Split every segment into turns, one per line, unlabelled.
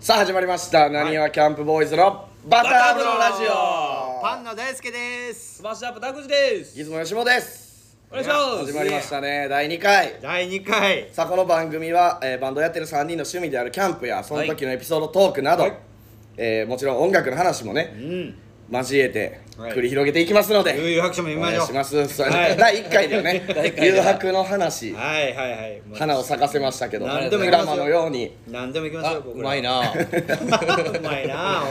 さあ始まりましたなにわキャンプボーイズのバターブローラジオ
パンの大輔です
スマッシュアップ田口です
出雲よしもです
お願いします
始まりましたね第2回
第2回
さあこの番組は、えーバンドやってる3人の趣味であるキャンプやその時のエピソードトークなど、
はい
えーもちろん音楽の話もね、
うん
交えて
はい
繰り広げていきますので、
悠々白書も見
お
ま
願
し
い
ょ
し
う
ます、そうやね
はい
第1回だよね誘白の話
はいはいはいもう
花を咲かせましたけどド
何でもいきます
ラ
よ
マのように
何でもいきまし
あ
ょう
う
僕ら
まいな
うまいな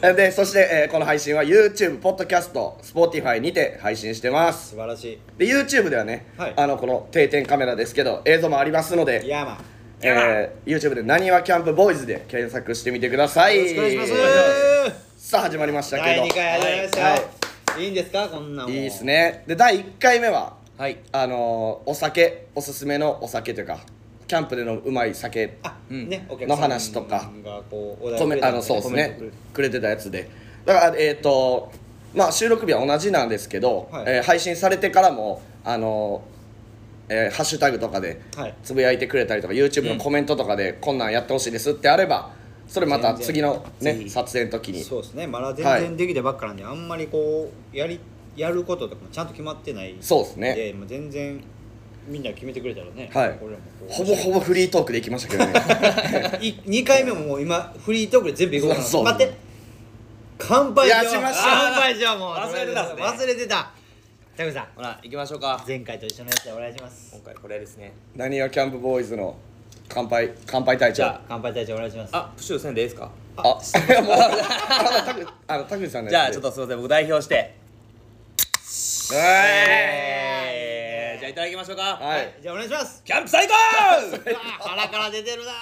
な
でそして、えーこの配信は YouTube、Podcast、Spotify にて配信してます
素晴らし
で YouTube ではね、
はい
あのこの定点カメラですけど映像もありますの
い
で、
ヤーマン
えー、YouTube で「なにわキャンプボーイズ」で検索してみてください
よろしくお願いします
さあ始まりましたけど
第2回始まりましたよいいんですかこんなん
い
も
いですねで第1回目は
はい
あのーお酒おすすめのお酒というかキャンプでのうまい酒
あ
うん
ねお客さん
の話とか
がこうお題
コメ
くれた
あ
り
のそうです
コメン
ね
トくれる
くれてたやつでだからえっ、とまあ収録日は同じなんですけど、
はい
えー配信されてからもあのえーハッシュタグとかで
はい
つぶやいてくれたりとか YouTube のコメントとかでこんなんやってほしいですってあればそれまた
全然
次の
ぜ
ね
ひ
撮影の時に
そうですねまだ
は
全
い
然できたばっかなんで、あんまりこうやりやることとかもちゃんと決まってない
そうですね
でもう全然みんな決めてくれたらね、
はい
俺らもこう
ほぼほぼフリートークで行きましたけどね
い2回目ももう今フリートークで全部いこうかな
そう
待って乾杯しよう
いやしましょう
乾杯しようもう
忘れてたっすね
忘れてたタグさん
ほら行きましょうか
前回と一緒のやつでお願いします
今回これですね
なにわキャンプボーイズの乾杯乾杯隊
じ
長
ゃ
乾杯隊長お願いします
あプシューせんでいいですか
あもう あのタグあのタグさんの
じゃ
や
あ
つ
ちょ
で
っとすいません僕代表してえーじゃあいただきましょうか
はい
じゃあお願いします
キャンプ最高
うわ腹から出てるな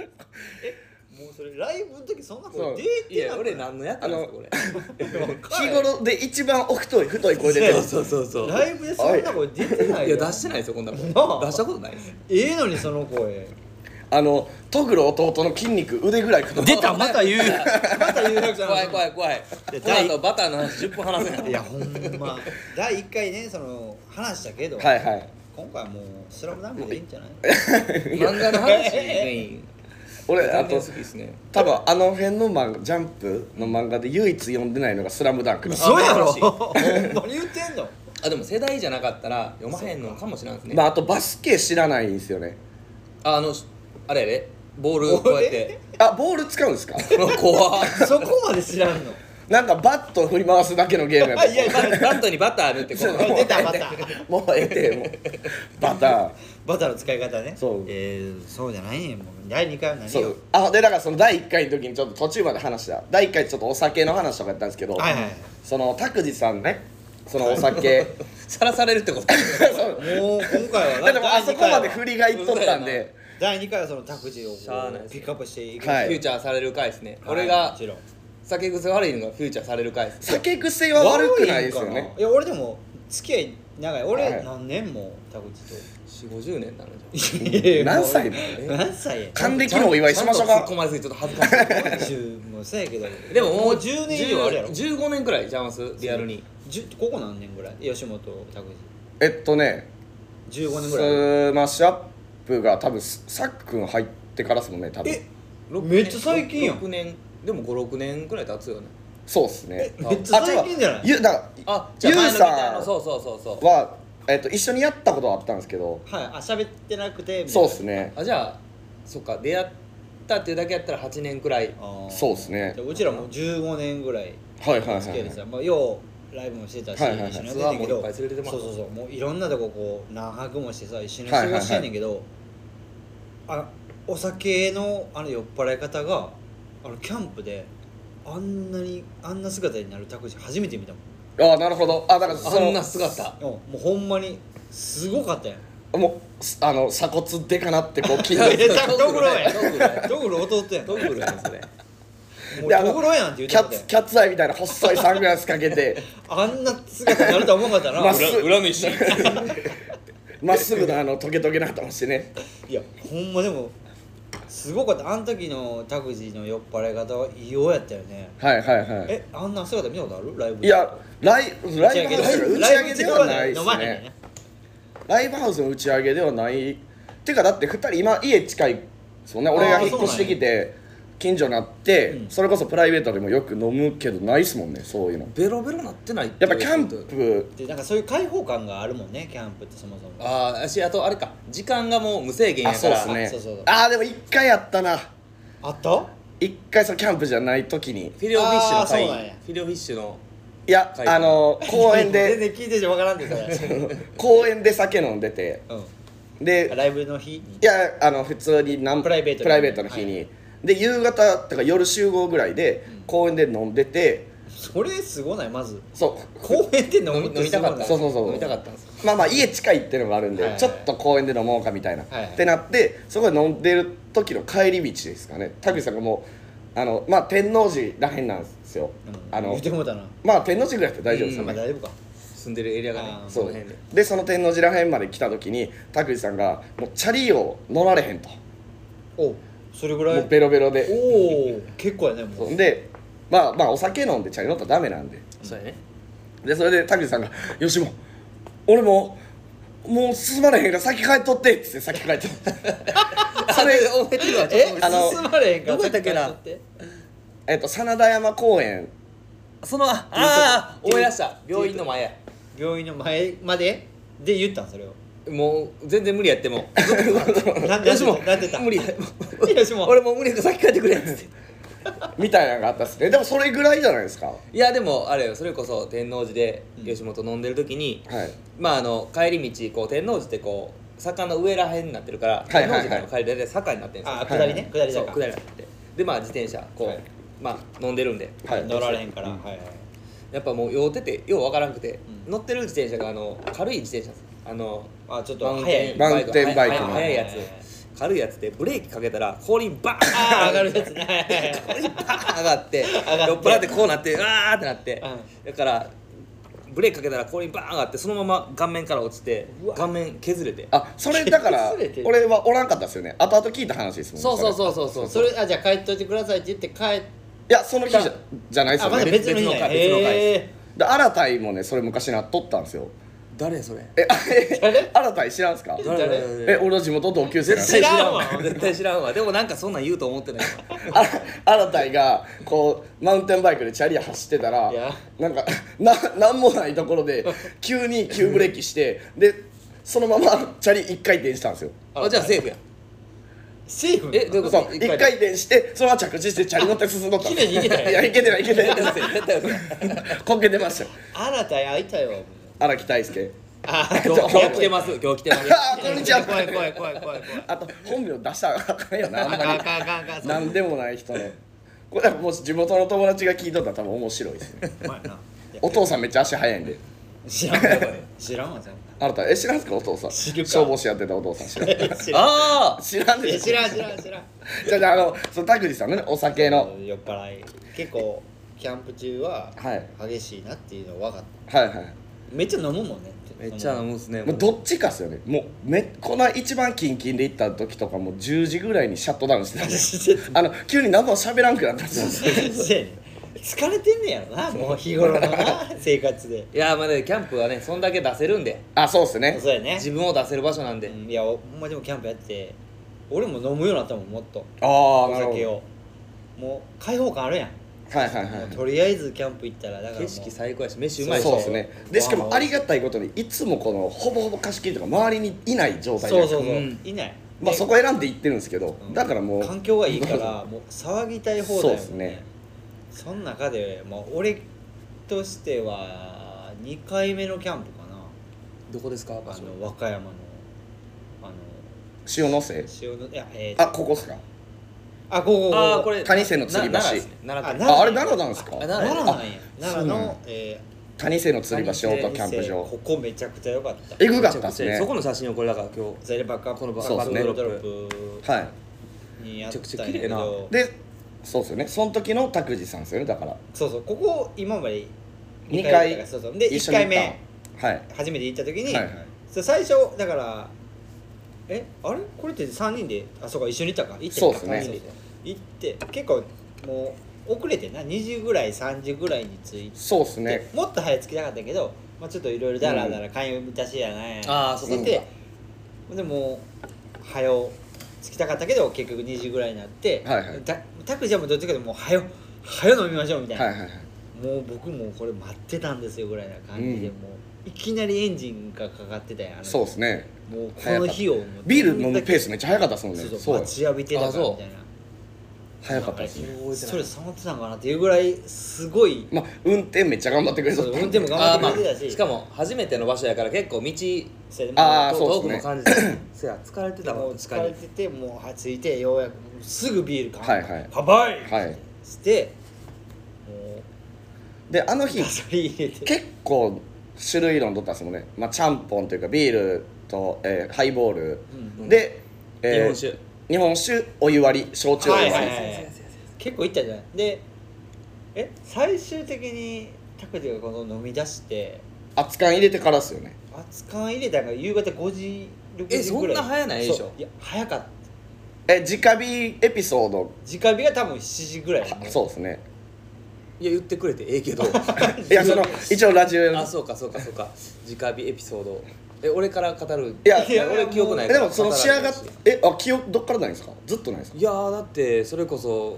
えもうそれライブの時そんな
そ
声
う
出
い
てな
や
い
俺何のやつなんですかこれ
日頃で一番お太い太い声出てる
そうそうそうそう
ライブでそんな声出てない
い
よ
や出してないですよこんなもん出
なあ
したことないです
ええのにその声
あのトグロ弟の筋肉腕ぐらい太い
また言う
また言うなくちゃ
怖い怖い怖い
で
この後バターの話10分話せない
いやほんま 第1回ねその話したけど、
はいはい
今回はもう「スラムダンクでいいんじゃない
漫画の話メイン
俺あ
全然
と
好きですね
多分あの辺の漫画ジャンプの漫画で唯一読んでないのが「スラムダンクだ
嘘やろ
あ
ほんまに言ってんの
あでも世代じゃなかったら読まへんのかもしれないですね、
まああとバスケ知らないんですよね
あ、あのしあれやでボールこうやって
あボール使うんですか
怖っ
そこまで知ら んの
なんかバットを振り回すだけのゲームやっ
あ いやいや
バットにバター塗ってこ
あ
う
出たバター
たもうええてもうバタ
バターの使い方ね
そう
えー、そうじゃないねんもう第2回は
ー
何
そ
よ
うあでだからその第1回の時にちょっと途中まで話した第1回ちょっとお酒の話とかやったんですけど、
はいはいはい
その拓司さんねそのお酒
さらされるってこと
そう
もう今回は
だってもうあそこま で振
振
りがいっとったん
嘘や
で
第2回はそのタクシーを
しゃあない
こ
で
う
す
ピックアップしていく、
は
フューチャーされる回ですね、
はい
俺
も
が
ちろん
酒癖悪いのがフューチャーされる回です
酒癖は悪くないですよ
悪いんか
ね
ないや俺でも付き合い長い
は
俺
い
何年もタクシーと
4 5 0年なのじ
何歳 な
の何歳や
ゃ
還暦のお祝いしましょう
ちゃ
か
んと突っ込まれすぎてちょっと恥ずかし
10もそうやけど
いでももう
10年以上あるやろ
15年くらいちゃいますリアルに
10ここ何年ぐらい吉本拓
えっとね
司15年ぐらい
スマッシュアップが多分さっくん入ってからですもんね多分
えめっちゃ最近やん
6年でも56年くらい経つよね
そうっすね
えめっちゃ最近じゃな
あ
い
違うゆだから
あじゃあ
ゆう
前のみ
さん
たいなそうそうそうそう
は、えっと、一緒にやったことはあったんですけど
はいあ喋ってなくてみたいな
そうっすね
あじゃあそっか出会ったっていうだけやったら8年くらい
あー
そうっすね
でうちらもう15年ぐらい
はいはいはい
付き合いで
は
さまあようライブもしてたし
はいはいはい
一緒にやってたけ
ツアーもい
ど
っぱい連れてもら
そ
っ
う
た
そうそうもういろんなとここう何泊もしてさ一緒に過ごしてんねんけどあお酒のあの酔っ払い方があのキャンプであんなにあんな姿になるタクシー初めて見たもん
いあなるほどあだから
あ
そ
んな
の
姿
うんもうほんまにすごかったやん
もうすあの鎖骨でかなってこう聞い
え
て
だドグロや
ドグロや
ドグロ弟やんも
ト
う
グルやんそれ
であの
ドグロやんって言っ
キ
て
ャ
たで
ッキャッツアイみたいな細いサングラスかけて
あんな姿になるとは思わなかったな、
まっすぐ
飯
まっすぐなあのトゲトゲな頭してね
いやほんまでもすごかったあの時のタクジーの酔っ払い方は異様やったよね
はいはいはい
えあんな姿見たことあるライブ
いやライライブハウスの打ち上げではないで
で
すす
ね
ねライブハウスの打ち上げではないてかだって2人今家近いですもんね
あー
俺が引っ越してきて近所になって、
うん
それこそプライベートでもよく飲むけどないっすもんねそういうの
ベロベロなってないて
やっぱキャンプ
でなんかそういう開放感があるもんねキャンプってそもそも
ああしあとあれか時間がもう無制限や
あ
か
そう
ら
ですね
そうそうそう
ああでも1回やったな
あった
1回そのキャンプじゃない時に
フィレオフィッシュの
あーそうなんや
会フィレオフィッシュの
いや
はい
あの公園
全
で
然聞いててわからんでそれ、
公園で酒飲んでて
う
で
ん、ライブの日に
いやあの普通になん
プライベートに
プライベートの日に、で夕方とか夜集合ぐらいで公園で飲んでて、
それすごないまず
そう
公園で飲む
飲
っ
み飲
て
み
す
た
ご
かっ
な
た
い
そうそうそう
飲みたかったんですよ
まあまあ家近いっていうのもあるんで、
はいはい
ちょっと公園で飲もうかみたいな、
はいはい
ってなってそこで飲んでる時の帰り道ですかね田口さんがもうあのまあ天王寺らへんなんですよ、
うん
あの
言ってもうたな
まあ天王寺ぐらいだったら大丈夫です
う
よ
ん
ね、
まあ大丈夫か
住んでるエリアがね
あー
そ
そうの辺で
でその天王寺らへんまで来た時に田口さんがもうチャリを乗られへんと
おそれぐら
も
いう
ベロベロで
おお結構やねも
そううでまあまあお酒飲んでチャリ乗ったらダメなんで
そうやね
でそれで田口さんが「よしも俺ももう進まれへんから先帰っとって」っつって先帰ってそれ
覚えてるわ
え
あの
進まれへんか
どこやったっけな
さき帰っとって
えっと真田山公園
そのああー思い出した病院の前や
病院の前までで言ったんそれを
もう全然無理やって も
な
うよしも
なんて言った
無理や
よしも
俺もう無理やから先帰ってくれっつって
みたいなのがあったっすねでもそれぐらいじゃないですかはい
やでもあれよそれこそ天王寺で
うん
吉本飲んでる時に、
い
まああの帰り道こう天王寺ってこう坂の上らへんになってるから、
はいはいはい
天王寺からの帰りで坂になってるんですよ
あ下りね下り
そ
だ
う
か
下りになっててでまあ自転車こう、
はい
まあ飲んでるんで
はい
乗られへんから
う
は
ん
いはい
やっぱもう酔うててようわからんくて、
うん
乗ってる自転車があの軽い自転車ですあの
あちょっ
マ
と
ウン
早
テ
い
ン
マウンテンバイク
は
の
いはいは
はい
い速
はい
いや
はい
つ軽いやつでブレーキかけたら氷にバ
あー
ーン
上がるやつね
これにバーン上がって酔っ
がって
払ってこうなってうわーってなって、
う
だからブレーキかけたらこれにバーン上がってそのまま顔面から落ちて
うわ
顔面削れて
あそれだから
忘れてる
俺はおらんかったっすよね後々聞いた話ですもんね
そうそう
れ
そうそうそう
それあじゃあ帰っといてくださいって言って帰っ
いやその日じゃじゃないっす
あ
よ
まだ
ね
別の日
別の
ね
回別の回
へ
で新たいもねそれ昔なっとったんですよ
誰それ
えあえ
誰
新たい知らんすか
誰
え俺の地元同級生なんです
知らんわ
絶対知らんわでもなんかそんなん言うと思ってないわ
あ 新たいがこうマウンテンバイクでチャリ走ってたら
いや
なんか ななんもないところで急に急ブレーキしてでそのままチャリ1回転したんですよ
あじゃあセーフや
セーフ
えどういう
そ
こ
う
と
1回転してそのまま着地してチャリ乗って進んどったんです
綺麗にいけたよ
いやいけてないいけてない
絶対嘘や
こけてましたよ
新たに会いたいわ
荒木大輔
あ
今日今日来てます今日来てます
あーこんにちは
怖い怖い怖い怖い怖い
あと本名出したらあかんよなあん
あ
ま
かんあ
り
かんあかんあかん
なんでもない人のこれはもし地元の友達が聞いとったら多分面白いですね
お前な
お父さんめっちゃ足速いんで
知らんわこれ知らんわそんな
あなたえ知らんすかお父さん
知るか
消防士やってたお父さん知 らん
知らん
あ
知らん
いや
で
知
しょ
らん知らん知らん
じゃあじゃああのそのタクジさんのねお酒の
酔っ払い結構キャンプ中は
はい
激しいなっていうのは分かった
はいはい
めっちゃ飲むもんね
あめっちゃ飲むっすね
もうどっちかっすよねもうめこの一番キンキンで行った時とかもう10時ぐらいにシャットダウン してたんです
して
あの急に何も喋らんくなったんですよ
せやね疲れてんねやろなもう日頃のな生活で
いやまあねキャンプはねそんだけ出せるんで
あそうっすね
そうやね
自分を出せる場所なんで、
うんいやほんまでもキャンプやってて俺も飲むようになったもんもっと
ああ
お
なるほ
酒
ど
をもう開放感あるやん、
はいはいは
もう
い
とりあえずキャンプ行ったらだからもう
景色最高やし飯うまいし
そうですねでしかもありがたいことにいつもこのほぼほぼ貸し切りとか周りにいない状態じゃない
そう
です
そうそう、
か
うん
いない
まあそこ選んで行ってるんですけど
うん
だからもう
環境がいいからもう騒ぎたい方だよね
そうっ
そ
すね
の中で、まあ、俺としては2回目のキャンプかな
どこですか
あの和歌山のあの
塩のせ
塩のいやえー、
あここっすか
あここここ
あーこれ
谷瀬の吊り橋
な奈良ですね奈良
あ
県
な
ああれ奈良なんですか
あ奈
奈良
良
なんや
あ
奈良
そうなんや
の、え
谷瀬の吊り橋
ー、
オートキャンプ場
ここめちゃくちゃ良かった
えぐかったっすね
そこの写真をこれだから今日
ザレバッカ
この
バッ
バ
そうっ
ク
すね
ドロップ
は
にやっ
めちゃくち
た
ゃ
んや
綺
け
麗な
ど
いでそうっすよねその時の拓司さんですよねだから
そうそうここ今まで
二
二
回
そうそうで
一
1
緒に行
回
っ
目
たはい
初めて行った時に、
はいはい
そう最初だからえあれこれって3人であそうか一緒に行ったか行って
そうっすね
三人で行って結構もう遅れてな2時ぐらい3時ぐらいに着いて
そうですね
もっと早く着きたかったけど、まあ、ちょっといろいろだらだら勧誘満たしやない
あーそう
そう
ででもう早う着きたかったけど結局2時ぐらいになって
はいはい
た拓ちゃんもどっちかでもう早う早う飲みましょうみたいな、
はいはいはい
もう僕もこれ待ってたんですよぐらいな感じで、
うん
もういきなりエンジンがかかってたやんあの
そうですね
もうこの日をもう
ビール飲むペースめっちゃ早かったっすもんね
そう
そ
そうう
や
待ちわびてた
あ
か
そ
ら
う
みたいな
早かったですね
なんストレス溜まってたんかなっていうぐらいすごい
まあ運転めっちゃ頑張ってくれと
そう
っ
運
たん
転
で
も頑張
あ
っ
ーま
てくれてた
あ
し
しかも初めての場所やから結構道
それで
あー
もう
そうっす
遠く
ね
も感じてせや疲れてた
も
も
うん
確か
疲れ
に
ててもう着いてようやくすぐビール
は
買
いはい
乾杯
はい
してもう
であの日
ガソリン入れて
結構種類論取ったんですもんねまあちゃんぽんというかビールと、えーハイボール、
うん
で、え
日
ー
本酒
日本酒お湯割り焼酎お湯割り、
はいはいはい結構いったじゃないでえ最終的にタクジがこの飲み出して
熱燗入れてからですよね
熱燗入れたのが夕方5時6時ぐらい
えそんな早ないでしょ
そういや早かった
え直火エピソード
直火が多分7時ぐらい
はそうですね
いや言ってくれてええけ ど
いやその一応ラジオ用
あ
の
そうかそうかそうか直火エピソードえ俺から語る
いや
いや俺記憶ない
え
か
で
ら
もその仕上がっ
語られへんして
えあ記憶どっからないんですかずっとないん ですか
いやーだってそれこそ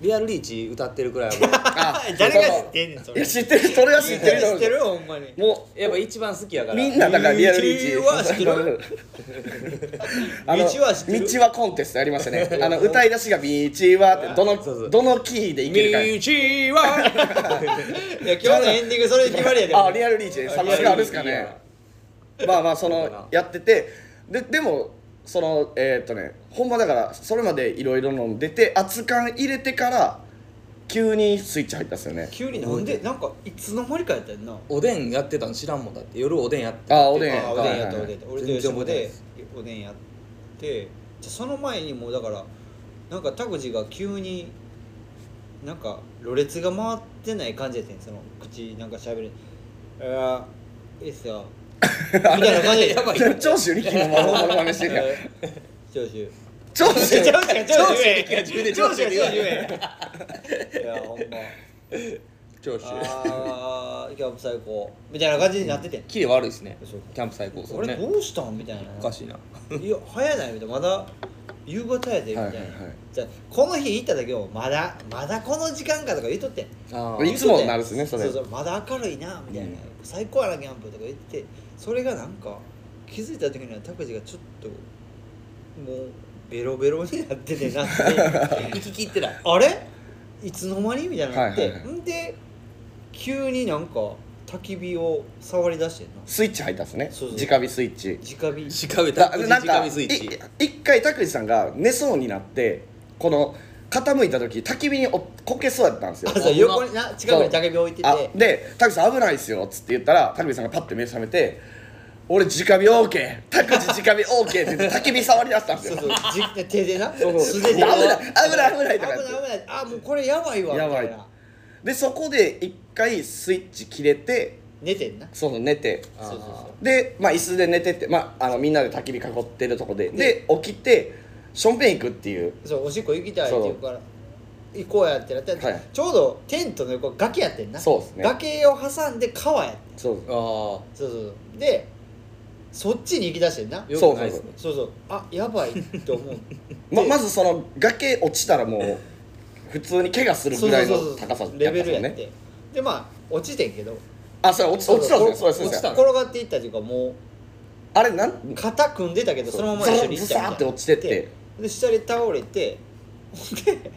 リアルリーチ歌ってるくらい やもん
あ
誰が知ってんねんそ
い
れ
や知ってるそれは知ってる
知ってるほんまに
も
やっぱ一番好きやか
う
ら
みんなだからリアルリーチ
道は知ってる
あの
道は知ってる
道はコンテストやりました ねあの歌い出しが「道は」ってど
そうそ
の
う
どのキーでい
道
けるか
はい
や今日のエンディングそれで決まりやで
あリアルリーチでサブスクあるんですか
いやい
ね
や
まあまあそ
そうかな
のやっててででもそのえーっとねほんまだからそれまでいろいろ飲んでて熱燗入れてから急にスイッチ入ったっすよね
急になんでなんかいつの間にかやったよな
おでんやってたの知らんもんだって夜おでんやって
あおでん
あおでんやった
はいはいはい
おでんやった俺と
全
吉
然
本
覚えてない
で
です
おでんやってじゃあその前にもうだからなんか田口が急になんかろれつが回ってない感じやってんその口なんかしゃべる「あーいいっす よ」みたいな感じ
やばい
長州力のモノマネ真似してるやん
長州
長州
長州が長州
長州が自分で
長
長
州
州
が
が
長州がいやほんま
調子
あーキャンプ最高みたいな感じになっててん
キレ悪いですね
そう
キャンプ最高そ
あ
う
れ
ね
どうしたんみたいな
おかしいない
や早ないみたいなまだ夕方やでみたいな、
はいはいはい
じゃあこの日行った時もまだまだこの時間かとか言っとってん
あ
い
ー
つもなるっすね
言っとっ
それ
てんそうそうまだ明るいなみたい
う
な、
ん
最高やなキャンプとか言っててそれがなんか気づいた時には拓司がちょっともうベロベロになっててなって
行き切ってない
あれいつの間にみたいになって、
はいはいはい
んで急になんか焚き火を触り出してんな
スイッチ入ったっすね
そうそう
直火スイッチ
直火
直火
だ
た
なんか
直火スイッチ
い一回拓司さんが寝そうになってこの傾いた時焚き火におこけそうやったんですよ
あそう横にな近くに竹火置いて
あ
て
で「タクさん危ないっすよ」っつって言ったらタクさんがパッて目覚めて「俺直火 OK タクジ直火 OK」って言って焚き火触りだしたんです
そう
よ
そうじ手でな
そう
素手
危
で
ない危ない危ない
危
と
な
かやって
い危ないあもうこれやばいわ
やばい
みたな
でそこで一回スイッチ切れて
寝てんな
そうそう寝て
あー
そうそうそう
で、まあ、椅子で寝てて、まあ、あのみんなで焚き火囲ってるとこでで起きてションペン行くっていう
そうおしっこ行きたいって言うから行こうやってなって、
はい
ちょうどテントの横崖やってんな
そうっすね
崖を挟んで川やってん
そう
ああ
そうそうそうでそっちに行きだしてんな
よくないですね
そうそうあやばいって思 う
ままずその崖落ちたらもう普通に怪我するぐらいの高さだったん
レ
で
ベ
す
ルや
よね
ってでまあ落ちてんけど
あそれ落ち落ちたんですよそうですそうで
落ち
す
たの
転がっていったというかも
あれなん
う肩組んでたけどそのまま一緒に行ったみたいな
ザーって落ちてって
で下に倒れてほんで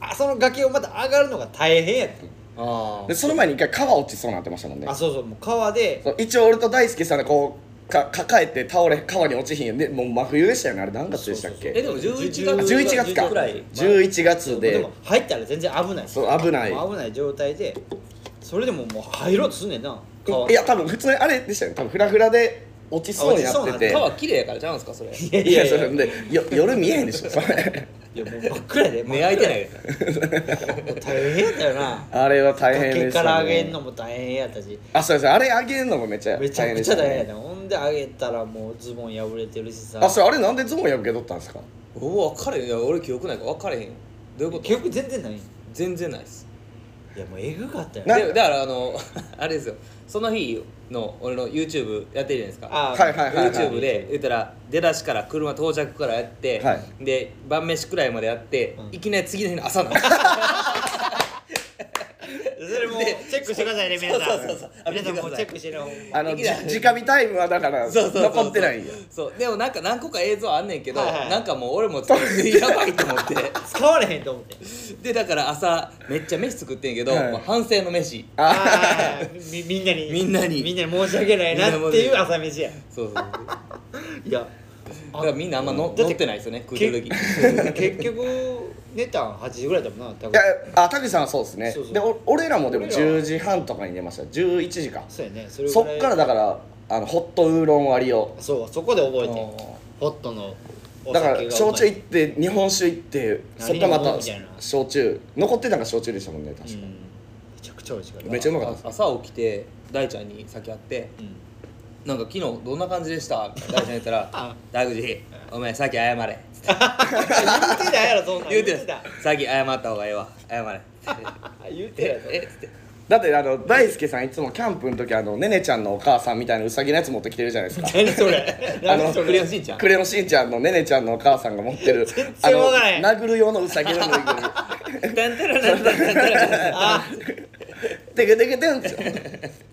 あその崖をまた上がるのが大変やった、
あ
でその前に一回川落ちそうになってましたもんね
あそうそうもう川で
そう一応俺と大輔さんがこうか抱えて倒れ川に落ちひんよねもう真冬でしたよねあれ何月でしたっ
え
け
でも11月
あ
そう
11月か
くらい
11月
で
で
も入ったら全然危ない
そう危ない
もう危ない状態でそれでももう入ろうとすんねんな川
いや多分普通にあれでしたよね多分フラフラで落ちそうになってて
あ落ちそうになって
川綺麗やからちゃうんすかそれ
いやい
いや
やい
そ
や
れでよ夜見えへんでしょそれ
いやもう真っ暗やで
目開いてないい
もう大変やったよな
あれは大変で
崖
し
か
た、ね、
ら上げんのも大変やったし
あそうですあれ上げるのもめっちゃ
めちゃ
で
く
し
ちゃ
たね
大変やったほんで上げたらもうズボン破れてるしさ
あそれあれなんでズボン破けとったんですか
おお分かれへんいや俺記憶ないから分かれへんよどういうこと
記憶全然ないい
全然ないです
やもうえぐかったよ
な
ね
んか
でだからあの あれですよその日の俺の YouTube やってるじゃないですか
あ
はいはいはい
YouTube で言ったら出だしから車到着からやって、
は
で晩飯くらいまでやって、
うん
いきなり次の日の朝なの
それもうチェックしてくださいね皆さん
そうそうそうそう
皆さんもうチェックしてねほんま
あの
で
じ
きない
直火タイムはだから
そうそうそうそう
残ってないんや
そうでもなんか何個か映像あんねんけど、
はいはい
なんかもう俺もやばいと思って
使われへんと思って
でだから朝めっちゃ飯作ってんけど、
はい
もう反省の飯
あーみみんなに
みんなに
みんなに申し訳ないなっていう朝飯や
そうそうそうだか
いや
らみんなあんまの
だ
乗ってないですよね食ってる時
結局寝たん8時ぐらいだもんな多
い
分
やあたけしさんはそうですね
そうそう
でお俺らもでも
俺らは
10時半とかに出ました11時か
そうやねそれぐ
そ
い
っからだからあのホットウーロン割りを
そうそこで覚えてん
あー
ホットのお
だ
酒
か
が
ら焼酎行って日本酒行ってそっからま
何飲もう
た
みたいな
焼酎残ってたんか焼酎でしたもんね確
う
か、
んめちゃくちゃ美味しかった
めっちゃうまかったです
あ朝起きて大ちゃんに先会って
うん
「なんか昨日どんな感じでした?」みたいな大ちゃんに言っ たら
あ
「大口お前先謝れ」
言うてたやろそんなん
言うてる
た
先謝った方がええわ謝れ」
言うてたや
え
ろ
えっつって
だってあの大輔さんいつもキャンプの時あのねねちゃんのお母さんみたいなうさぎのやつ持ってきてるじゃないですか
何それ
あの
何それ
クレヨンしんちゃん
クレヨンしんちゃんのねねちゃんのお母さんが持 ってるあ
然
の
わからへん
殴る用のうさぎのぬいぐ る
「タンタラランタンタンタララン
あ
み テケテケテンですよ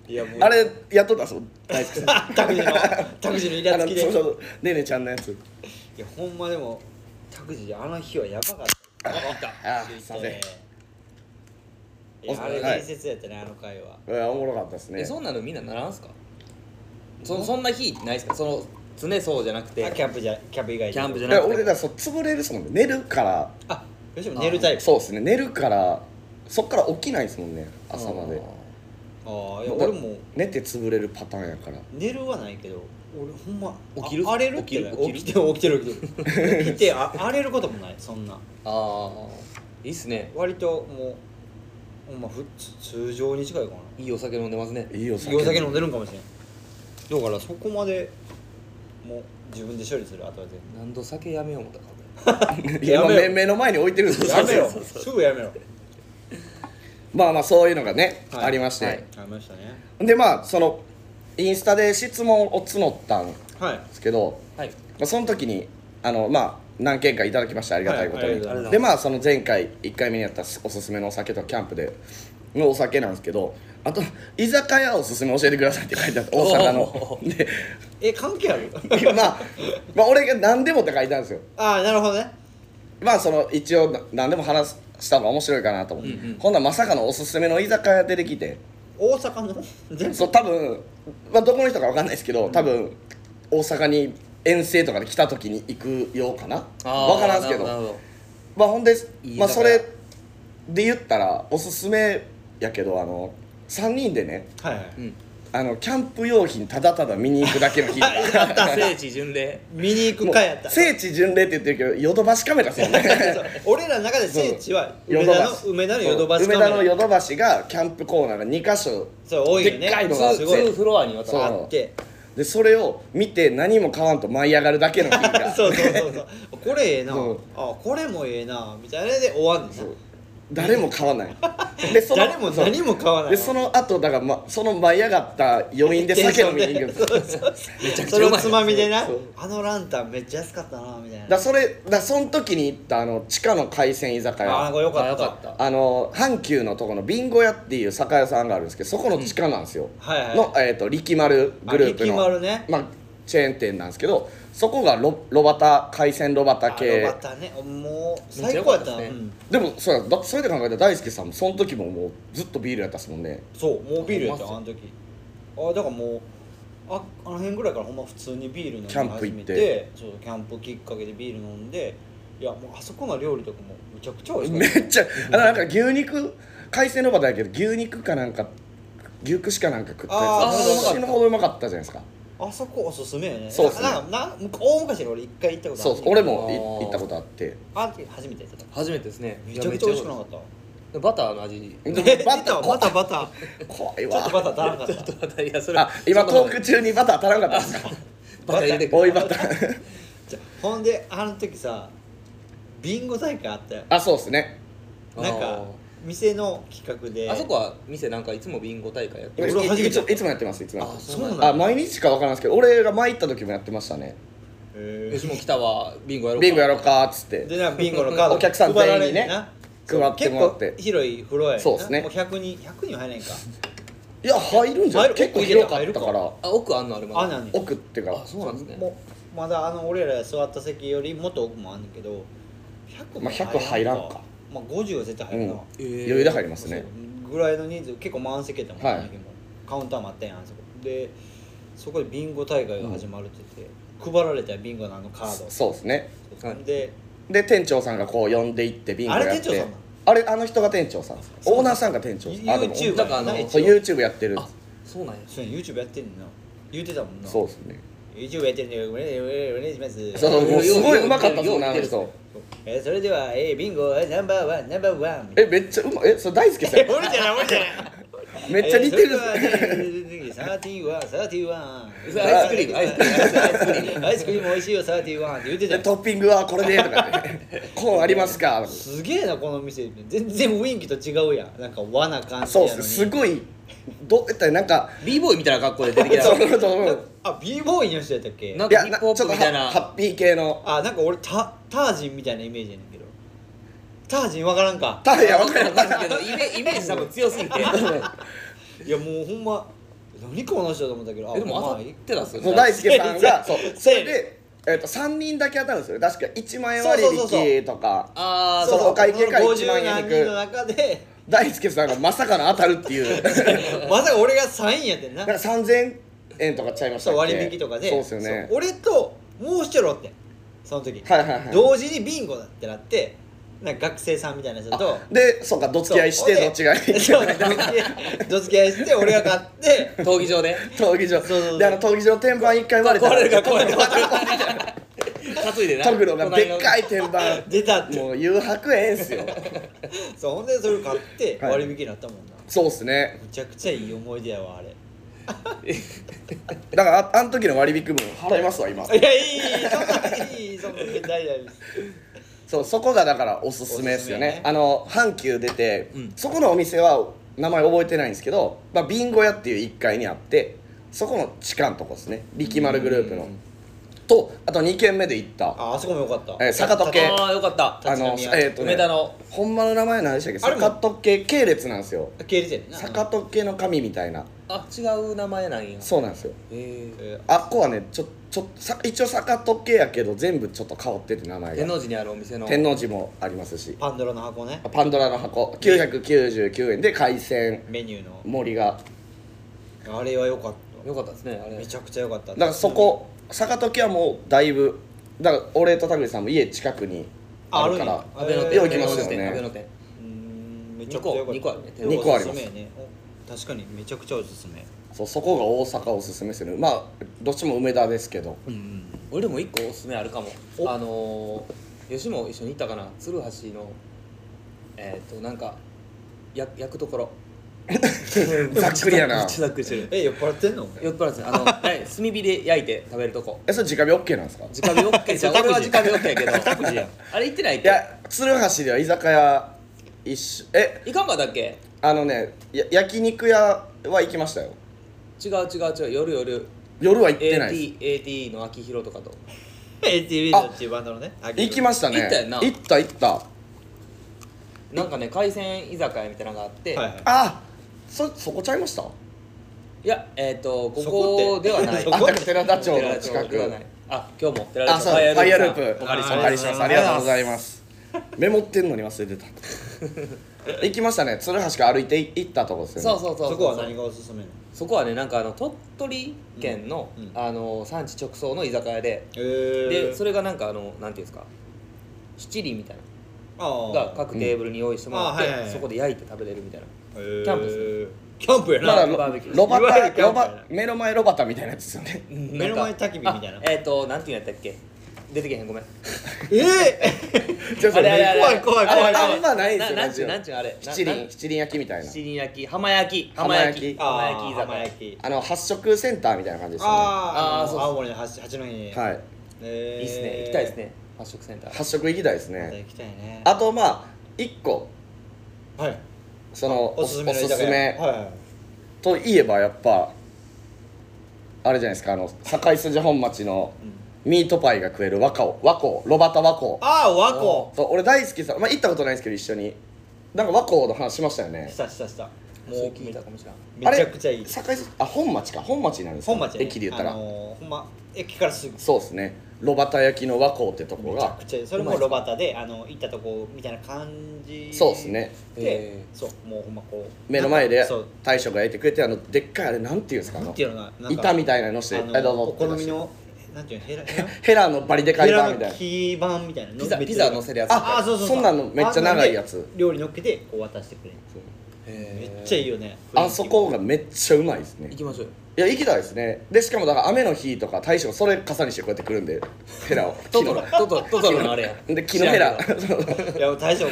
いやもう
あ れやっとったんですよ大輔さん
タクジのタクジのイラつきで
あのそうそうねねちゃんのやつ
いやほんまでもタクジあの日はやばかっ」
ああった
あ
た
ーすいません
いやあれ伝説やったねあの回は
うんおもろかったですね
えそんなのみんなならんすかそそんな日ないですかその常そうじゃなくて
あキャンプじゃキャンプ以外で
キャンプじゃ
だ
な
から
く
俺
て
らそう潰れるっすもんね寝るから
あ吉本寝るタイプ
そうですね寝るからそっから起きないですもんね朝まで
ああいや俺も
寝て潰れるパターンやから
寝るはないけど俺ほんま
起きる
あ荒れるってない
起き
起
る
きて起きてる起きてる起きてあ荒れることもないそんな
ああいいっすね
割ともうほんまふつ通常に近いかない
いお酒飲んでますね
いいお
いいお酒飲んでるんかもしれんだからそこまでもう自分で処理する後は全
何度酒やめよう思ったか
いや
やめろ
目目の前に置いてるんです
部
よ
やめ
そ
ろ
うそうそう
すぐやめろ
まあまあそういうのがね、
はい
ありまして、
はい
やめましたね
でまあそのインスタで質問を募ったんで
はい
すけど、
はい
まあ、その時にあのまあ何件かいただきましてありがたいことに、
はいありがとうござい
ます
でまあその前回1回目にやったおすすめのお酒とキャンプでのお酒なんですけどあと居酒屋おすすめ教えてくださいって書いてあって大阪の
お
で
え関係ある
まあ、まあ俺が何でもって書いたんですよ
ああなるほどね
まあその一応な何でも話した方が面白いかなと思って、
うんうん
ほんならまさかのおすすめの居酒屋出てきて
大阪の全部
そう多分、まあ、どこの人かわかんないですけど多分大阪に遠征とかで来た時に行くようかな
あー
わからんすけど
なるほど
まあほんで
いい
まあ、
居
そ
酒屋
れで言ったらおすすめやけどあの3人でね
はいはい
うん
あのキャンプ用品ただただ見に行くだけの 日
聖地巡礼
見に行
もう
く会やった
聖地巡礼って言ってるけどヨドバシカメラですよね
そう 俺らの中で聖地は
ヨ
梅
ド
田
バ
の
シ
梅田のヨドバシ
そう
カメ
梅
ラ
田のヨドバシがキャンプコーナーが2箇所
そう多いよね
でっかいのがあって
すごい
2フロアにわた
そう
る
あって
でそれを見て何も買わんと舞い上がるだけの日が
そうそうそうそうこれええな
そう
あこれもええなみたいなので終わんねんな
そう誰も買わ ないでその
誰も何も買わない
でその後だから、ま、その舞い上がった余韻で酒飲みに行くんです
そ
よ
うそうそう
めちゃくち
そ
ゃ
れ
う
を
まい
つまみでな
そう
あのランタンめっちゃ安かったなみたい
だ
な
それだその時に行ったあの地下の海鮮居酒
ああ
屋
これよかった
あよかった
あの阪急のとこのビンゴ屋っていう酒屋さんがあるんですけどそこの地下なんですよ、
はいはい
の、えー、と力丸グループの
あ力丸ね
まあ、チェーン店なんですけどそこがロロバタ海鮮ロバタ
あよ
系
かったねもう最高やったな
めっ
う
ちゃよかったですね
ん
でもそうやだそれで考えたら大輔さんもその時ももうずっとビールやったっすもんね
そうもうビールやった
ほん
あの
ま
時あだからもうああの辺ぐらいからほんま普通にビール飲み
キャンプ
始
行っ
め
て
てそうキャンプきっかけでビール飲んでいやもうあそこの料理とかもむちゃくちゃ美味しか
め
った
っちゃあのなんか牛肉海鮮ロバタやけど牛肉かなんか牛串かなんか食ったやつ
あ
あ
ー
死ぬほどうまかったじゃないですか
あそこおすすめよね
そうっすね
なんかなんか大昔に俺一回行ったこと
そう
ある
俺もい
あー
行ったことあって
あ初めて行ったと
初めてですね
めちゃくちゃ美味しくなかっ
っ
た
たバターの味
で
え
も
出
バタ
た
ー
バターバター
怖い
ちょっと
わ
バター足らなかった
ちょっとバターいやそれ
あ今
そんな
ト
もん
ーク中にバター足らんかったんですか
バター入れて
追いバター
じゃあほんであの時さビンゴ大会あったよ
あそうですね
なん
あ
か店の企画で
ーあそこは店なんかいつもビンゴ大会やって
い
る
俺初めて
いついつもやってますいつもやってます
そうな
あ
んだ
毎日かわからんすけど俺が前行った時もやってましたね
へ
吉本北はビンゴやろうか
ビンゴやろうかっつって
ーでなビンゴのカード
お客さん全員にね
配られんな
配ってもらって
そう結構広い風呂やねんな
そうっすね
もう100人100人入れんか
いや入るんじゃない
入る
結構広かったか
入る
ら
あ奥あんのあれま
あ
だ
なん
奥っていうか
あそうなんですね
もうまだあの俺らが座った席よりもっと奥もあんねんけど100
まあ100入らんか
まあ50は絶対入るな、
うん
えー
余裕で入りますね
そうぐらいの人数結構満席やったもんね、
はい
あの日もカウンターもあったやんあそこでそこでビンゴ大会が始まるって言って、配られたよビンゴのあのカード
そうですね
はい
で
で店長さんがこう呼んでいってビンゴやって
あれ店長さんなの
あれあの人が店長さんですオーナーさんが店長さんあでも
YouTube
なんかあの
やな
そう
一応
YouTube やってる
あそうなんや
そうや YouTube やってんねんな言うてたもんな
そうですね
YouTube やってるんでお願いお願いします
そうもうすごいうまかったです
よ
よ
う
ねあの人
えーそれでは、えービンゴナンバーワンナンバーワン
えめっちゃうまえそれ大好きです
え
よ
俺じゃない俺じゃない
めっちゃ似てる
サーティワンサーティワン
それアイスクリームアイスクリ
ームアイスクリーム美味しいよサーティワンって言ってた
で
よ
トッピングはこれでとかねコーンありますか
すげえなこの店全然雰囲気と違うやんなんか和な感じ
そ
や
う
の
で
に
すすごいどうやったらなんか
b ボーイみたいな格好で出てきた
そうそうそう
あ b ボーイの人やったっけ
なん
い
か
や
ヒ
なち
ップ
ょ
ホ
っ
ップ
と
み
ハ
たいな
ハッピー系の
あなんか俺タタージンみたいなイメージやねんけどタージンわからんか
タイヤ分か
わ
る
かんないけどイメイメージ多分強 すぎて
いやもうほんま何この人と思ったけど
えでも
ま
当
あ
たっ
いい
てたんすよ
そう大輔さんがそ
そうう
それで、えっと3人だけ当たるんですよ確か1万円割
そうそうそう
引とか
ああ
そうお会計から
この
一万円
50何
引く
人の中で
大輔さんがまさかの当たるっていう
まさか俺が3位やってんな
なんか3000円とかちゃいました
そ
っ
う
け
割引とかで
そうですよね
そう俺ともう一人おってんその時、
はいはいはい
同時にビンゴだってなってなんか学生さんみたいな人と
でそうかどつき合いしてどっちがいい
そうどつき合いどつき合いして俺が勝って
闘技場で
闘技場
そうそうそう
であの闘技場の天板一回割れた
壊れるから壊れるから担いでな
トグロがでっか
い
い天板
出たって
もう誘白ええんすよ
そうほんでそれ買って
はい
割引になったもんな、
そうっすね
むちゃくちゃいい思い出やわあれ
だからああの時の割引分払いますわ今
いやいいいいいいいいそんな大丈夫です
そうそこがだからおすすめですよね
おすすめね
あの阪急出て、
うん
そこのお店は名前覚えてないんですけど、まあ、ビンゴ屋っていう1階にあってそこの地下のとこですね力丸グループのとあと2軒目で行った
ああそこもよかった
えー坂時計
ああよかった
あの
立ち飲み屋
えっ、とね
梅田の
ほんまの名前何でしたっけ
あれも
坂時計系列なんですよ
系列やねんな
坂時計の神みたいな
あ違う名前なんや
そうなんですよ
えー
え
あっこはねちょちょさ一応坂時計やけど全部ちょっと変わってて名前
天
が
王寺にあるお店の
天王寺もありますし
ーパンドラの箱ね
パンドラの箱999円で海鮮
メニュー
森が
のあれはよかった
よかったですねあれ
めちゃくちゃ良かった
だからそこ坂時はもうだいぶだから俺と田口さんも家近くにあるから
あ
安倍の
えー
店
よう行きますよ
安倍
ね
の
う
店
ーんめちゃ
2
くちゃ
個
良かった
2個あるね
二個あります
おすすめねお確かにめちゃくちゃおすすめ
そうそこが大阪おすすめでするまあどっちも梅田ですけど
うん
俺でも1個おすすめあるかも
お
あのー吉も一緒に行ったかな鶴橋のえっ、となんかや焼くところ
ざっくりやな
めっ ちゃざっくりしてる
え酔っ払ってんの
酔っ払って たあのはい炭火で焼いて食べるとこ
えそれ直火 OK なんですかい
直火 OK じゃん
それ
俺は
タク
直
シー
火 OK やけど
タクシーやん
あれ行ってないっけ
や鶴橋では居酒屋一緒え
いかんかったっけ
あのねや焼肉屋は行きましたよ
違う違う違う夜夜
夜は行ってないです
AT, AT の秋広とかと
ATV
あ
のっていうバンドのね
行きましたね
行ったよな
行った行った
なんかね海鮮居酒屋みたいなのがあって、、
はいはいい
あそそこちゃいました
やえっ、とこ
そこ
こ
って
ではない
そ
あ
こ
た寺田町の近
寺田町では
く
ないあ今日も寺
あ、
田町
そう、ファイアループ。
お
お
借
借
り
り
し
し
ま
ますす。
お
お
借
借りしますす。ありがとうご
りしまありがとうござ
ざ
い
います。メモってんのに忘れてた。行きましたね。鶴橋が歩いて行ったとこですよね。
そうそうそう
そこは何がおすすめなの
そこはねなんかあの鳥取県の,、
うんうん
あの産地直送の居酒屋で、
え
でそれがなんかあのなんていうんですか七輪みたいな
あ
のが各テーブルに用意してもらって、
あーはいはいはい
そこで焼いて食べれるみたいな
キ
キャンプ
すキャンプやな、
まだロ
バーベキュー
ロバ
いわゆる
タ
キャ
ロ
ンプやな
バ目の前ロバタみたいなやつですよね
目の前焚き火みたいな
あえっ、となんていうんやったっけ出てけへんごめん
え
ちょっと
あれあれあれ
怖い怖い怖い
あれあれ
あんまないですよ
な
ラ
んち
ジ
ゅ
オ
うなんちゅうあれ
七輪七輪焼きみたいな
七輪焼き浜焼き
浜焼
浜焼
き
ー、
き
あー
浜
浜
焼
焼
き居酒屋
き
あの発色センターみたいな感じですよねは
あーあ
あーそうそう
青森の八八戸に
い
えー
いいっすね行きたいですね発色センター
発色行きたいです
また
ね
行きたいね
あとまあ一個
はい
そのお
お
す
す
す
す
め
めの居酒屋はいはい
といえばやっぱあれじゃないですかあの堺筋本町のミートパイが食える和光和光ロバタ和光
ああ和子
そう俺大好きさまあ行ったことないんですけど一緒になんか和光の話しましたよね
したしたした
も
も
う
う
聞いたかもしれない
めちゃくちゃいい
堺筋あ本町か本町になるんですか
本町やね
駅で言ったら、
あのーほんま駅からすぐ
そうですねロバタ焼きの和光ってとこ
めちゃ
が
くちゃいいそれ
うま
も
いっす
ロバタであの行ったとこみたいな感じ
そうですね
で
へ
そうもうほんまこう
目の前で
そう
大将が焼いてくれてあのでっかいあれなんていうんですかあ
なん
の
ていうのかななんか
板みたいなのして
あ
はいどう
の
ぞ
お好みのなんていうのヘラヘラ
ヘラのバリ でかい
ヘ
版
ラ
みたい
の
な
木板みたいなの
ピザ
めっちゃ
ピザ乗せるやつ
ああそうそう
そんなんのめっちゃ長いやつ
あんなんで料理乗っけてこう渡してくれるめ
え
っちゃいいよね
あそこがめっちゃうまいですね
行きましょうよ
いや行きたいですねでしかもだから雨の日とか大将それ傘にしてこうやって来るんでヘラを
ト
木
トロ
の
トトロトトロのあれや
で木のヘラ
知らん け
いや大将も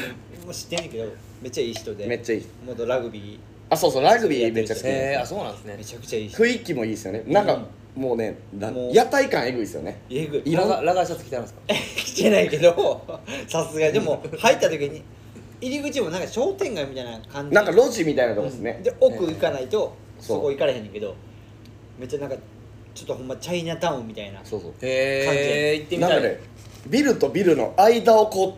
知ってんねんけどめっちゃいい人 で
めっちゃいい
元ラグビ
あそうそうラグビーめっちゃ好き
どへえ
で
あそうなんです
ー
ね
めちゃくちゃいい
す
人
雰囲気もいいですよねなんかもうねな
もう
屋台感えぐいですよね
えぐい
いろん
ラガラガーシャツ着てあるんですか
来てないけど さすがにでも入った時に入り口もなんか商店街みたいな感じ
なんか路地みたいなとこです
う
ね
んで奥行かないと
そう
そこ行かれへんねんけどめっちゃなんかちょっとほんまチャイナタウンみたいな
そうそう
へえ行ってみ
な
た
の
い
でビルとビルの間をこ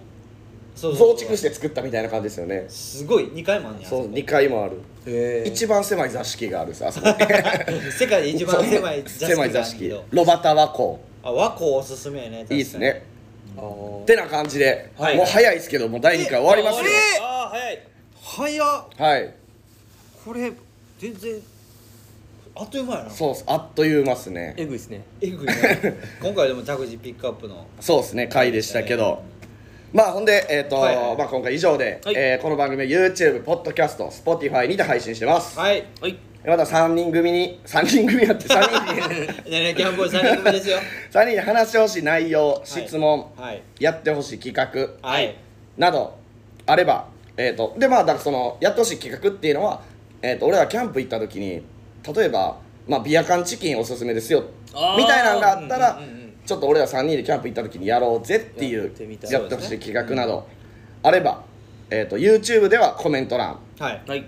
そううそ
増
うそう
築して作ったみたいな感じですよね
すごい2階もあんねんあ
そ
そうこ
2階もある
へえ
一番狭い座敷があるさあそこ
世界 で一番狭 い座敷
狭い座敷ロバタ和光
あ和光おすすめやね確
い
かに
いですね
あー
てな感じで、
はい
もう早いですけどもう第2回終わりますよ
え
ああ早い
早っ
はい
これ全然あっという 間やな
そうっすあっという間っすね
えぐいですね
えぐいね今回でもタクジピックアップの
そうですね回でしたけど、まあほんでえっ、と、
はいはい
まあ今回以上で、
はい
えーこの番組は YouTube ポッドキャスト Spotify にて配信してます、
はい
はい
また3人組に3人組やって3人で
ねねキャンプ3人組ですよ
3人で話してほしい内容質問、
はい
やってほしい企画
はい
などあればえっ、とでまあだからそのやってほしい企画っていうのは、えー、と俺らキャンプ行った時に例えば、まあ、ビア缶チキンおすすめですよ
あー
みたいなのがあったら、
うんうんうんうん
ちょっと俺ら3人でキャンプ行った時にやろうぜっていう
やってみたい
やってほしい企画など、あれば、えー、と YouTube ではコメント欄
はい
はい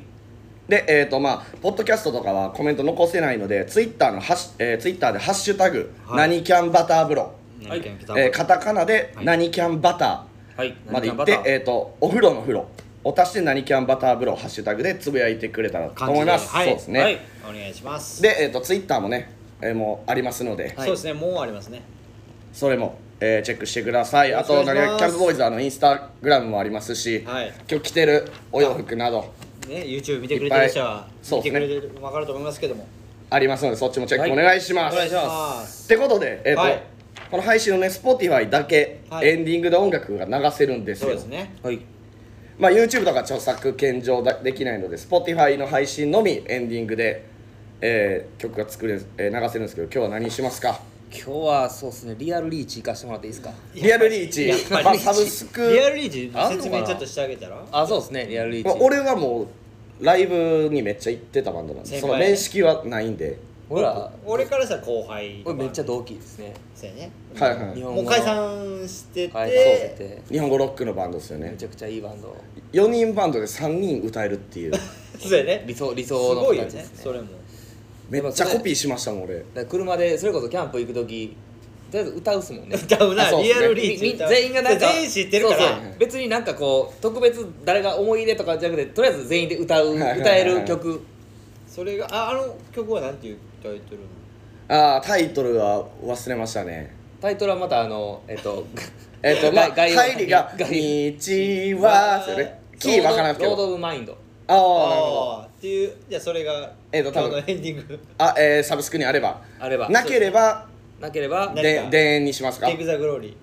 でえっ、とまあポッドキャストとかはコメント残せないので Twitter のハッシュ、えー、Twitter で「ハッシュタグ、
はい
何キャンバター風呂」
はい
何々
えーカタカナで「
はい
何キャンバター」
はい
まで行っ
何
て
か、
えー、とお風呂の風呂を足して何キャンバター風呂をハッシュタグでつぶやいてくれたらと思います、
感じではい
そうですね、
はい
お願いします
で、えー、とツイッターもね、えーもうありますので、
そうですねもうありますね
それも、えーチェックしてください
よ
あ
ろしくお
と
願い
何
し
々
ます
キャンプボーイズあのインスタグラムもありますし、
はい
今日着てるお洋服など
ね YouTube 見てくれてる人は
そう
見
ですね
てくれてる分かると思いますけども
ありますのでそっちもチェックお
はい
願いします、
お願いします
ます
ってことで、えーと
はい
この配信のね Spotify だけ、
はい
エンディングで音楽が流せるんです
そう
よ
ですね
はい
まあ、YouTube とか著作権上だできないので Spotify の配信のみエンディングで、えー曲が作れ、えー流せるんですけど今日は何しますか
今日はそうですねリアルリーチ行かしてもらっていいですか
リアルリーチ
やっぱり
まあ、サブスク
リアルリーチの
あんの
説
かな
明ちょっとしてあげたら
あそうですねリアルリー
まあ
チ
俺はもうライブにめっちゃ行ってたバンドなんで
先
そ
輩
の面識はないんで
ほら
俺からしたら後輩
俺めっちゃ同期ですね
そうやね
はいは
日
い
本
もう解散してて
解散してて
日本語ロックのバンドですよ
め
ね
ちゃくちゃいいバンド
4人バンドで3人歌えるって いう
そうやね
理想理
す
想の
ごいよ
形で
ね
す
そ
ね
れも
めっちゃコピーしましたもん俺
だから車でそれこそキャンプ行く時とりあえず歌うっすもんね
歌う
あ
な
そうっすね
リアルリー
み
チ
み
歌う
全員がなんか
全員知ってるか
そう
ら
そう別になんかこう特別誰が思い入れとかじゃなくてとりあえず全員で歌う
はいはいはい
歌える曲
それがああの曲はなんていうタイトルなの
ああタイトルは忘れましたね
タイトルはまたあのえっと
えっ、 とまあ
概概要
入りが「道
概要
は」ですよ ねキーわからなくて
ロード・
も
オブ・マインド
ああなるほど
ああっていうじゃあそれが
えーと多分
今日のエンディング
あ、えー、サブスクにあれば
あれば
なければ
なければ
ね
で
何か
田園にします
「
か
Take the Glory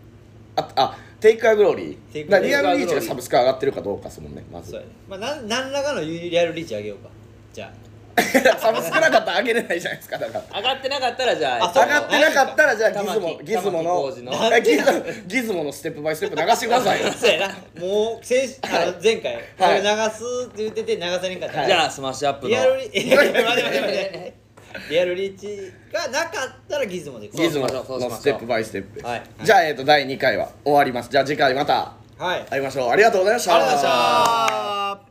ああテイクアグローリー
Take a
だからリアルリーチ
Take a
が
Glory
サブスク上がってるかどうかですもんねま」
そう
ず
やねまあなん何らかのリアルリーチあげようかじゃ
サブ少なかったらあげれないじゃないですかだから
上がってなかったらじゃあ
あそう
上がってなかったらじゃあギズモ
玉木
ギズモの
玉木浩二の
あ ギズギズモのステップバイステップ流してくださいよ
そうやな
もう先週あの前回これ流すって言ってて流されんかった
じ
ら
ゃあスマッシュアップの
リアルリ待 って待って待って待ってリアルリーチがなかったらギズモでいこう
ギズモ
そうしましょう
のステップバイステップ
はい
じゃあえっと第2回は終わりますじゃあ次回また
はいありがとう
会いましょうありがとうございました
ございました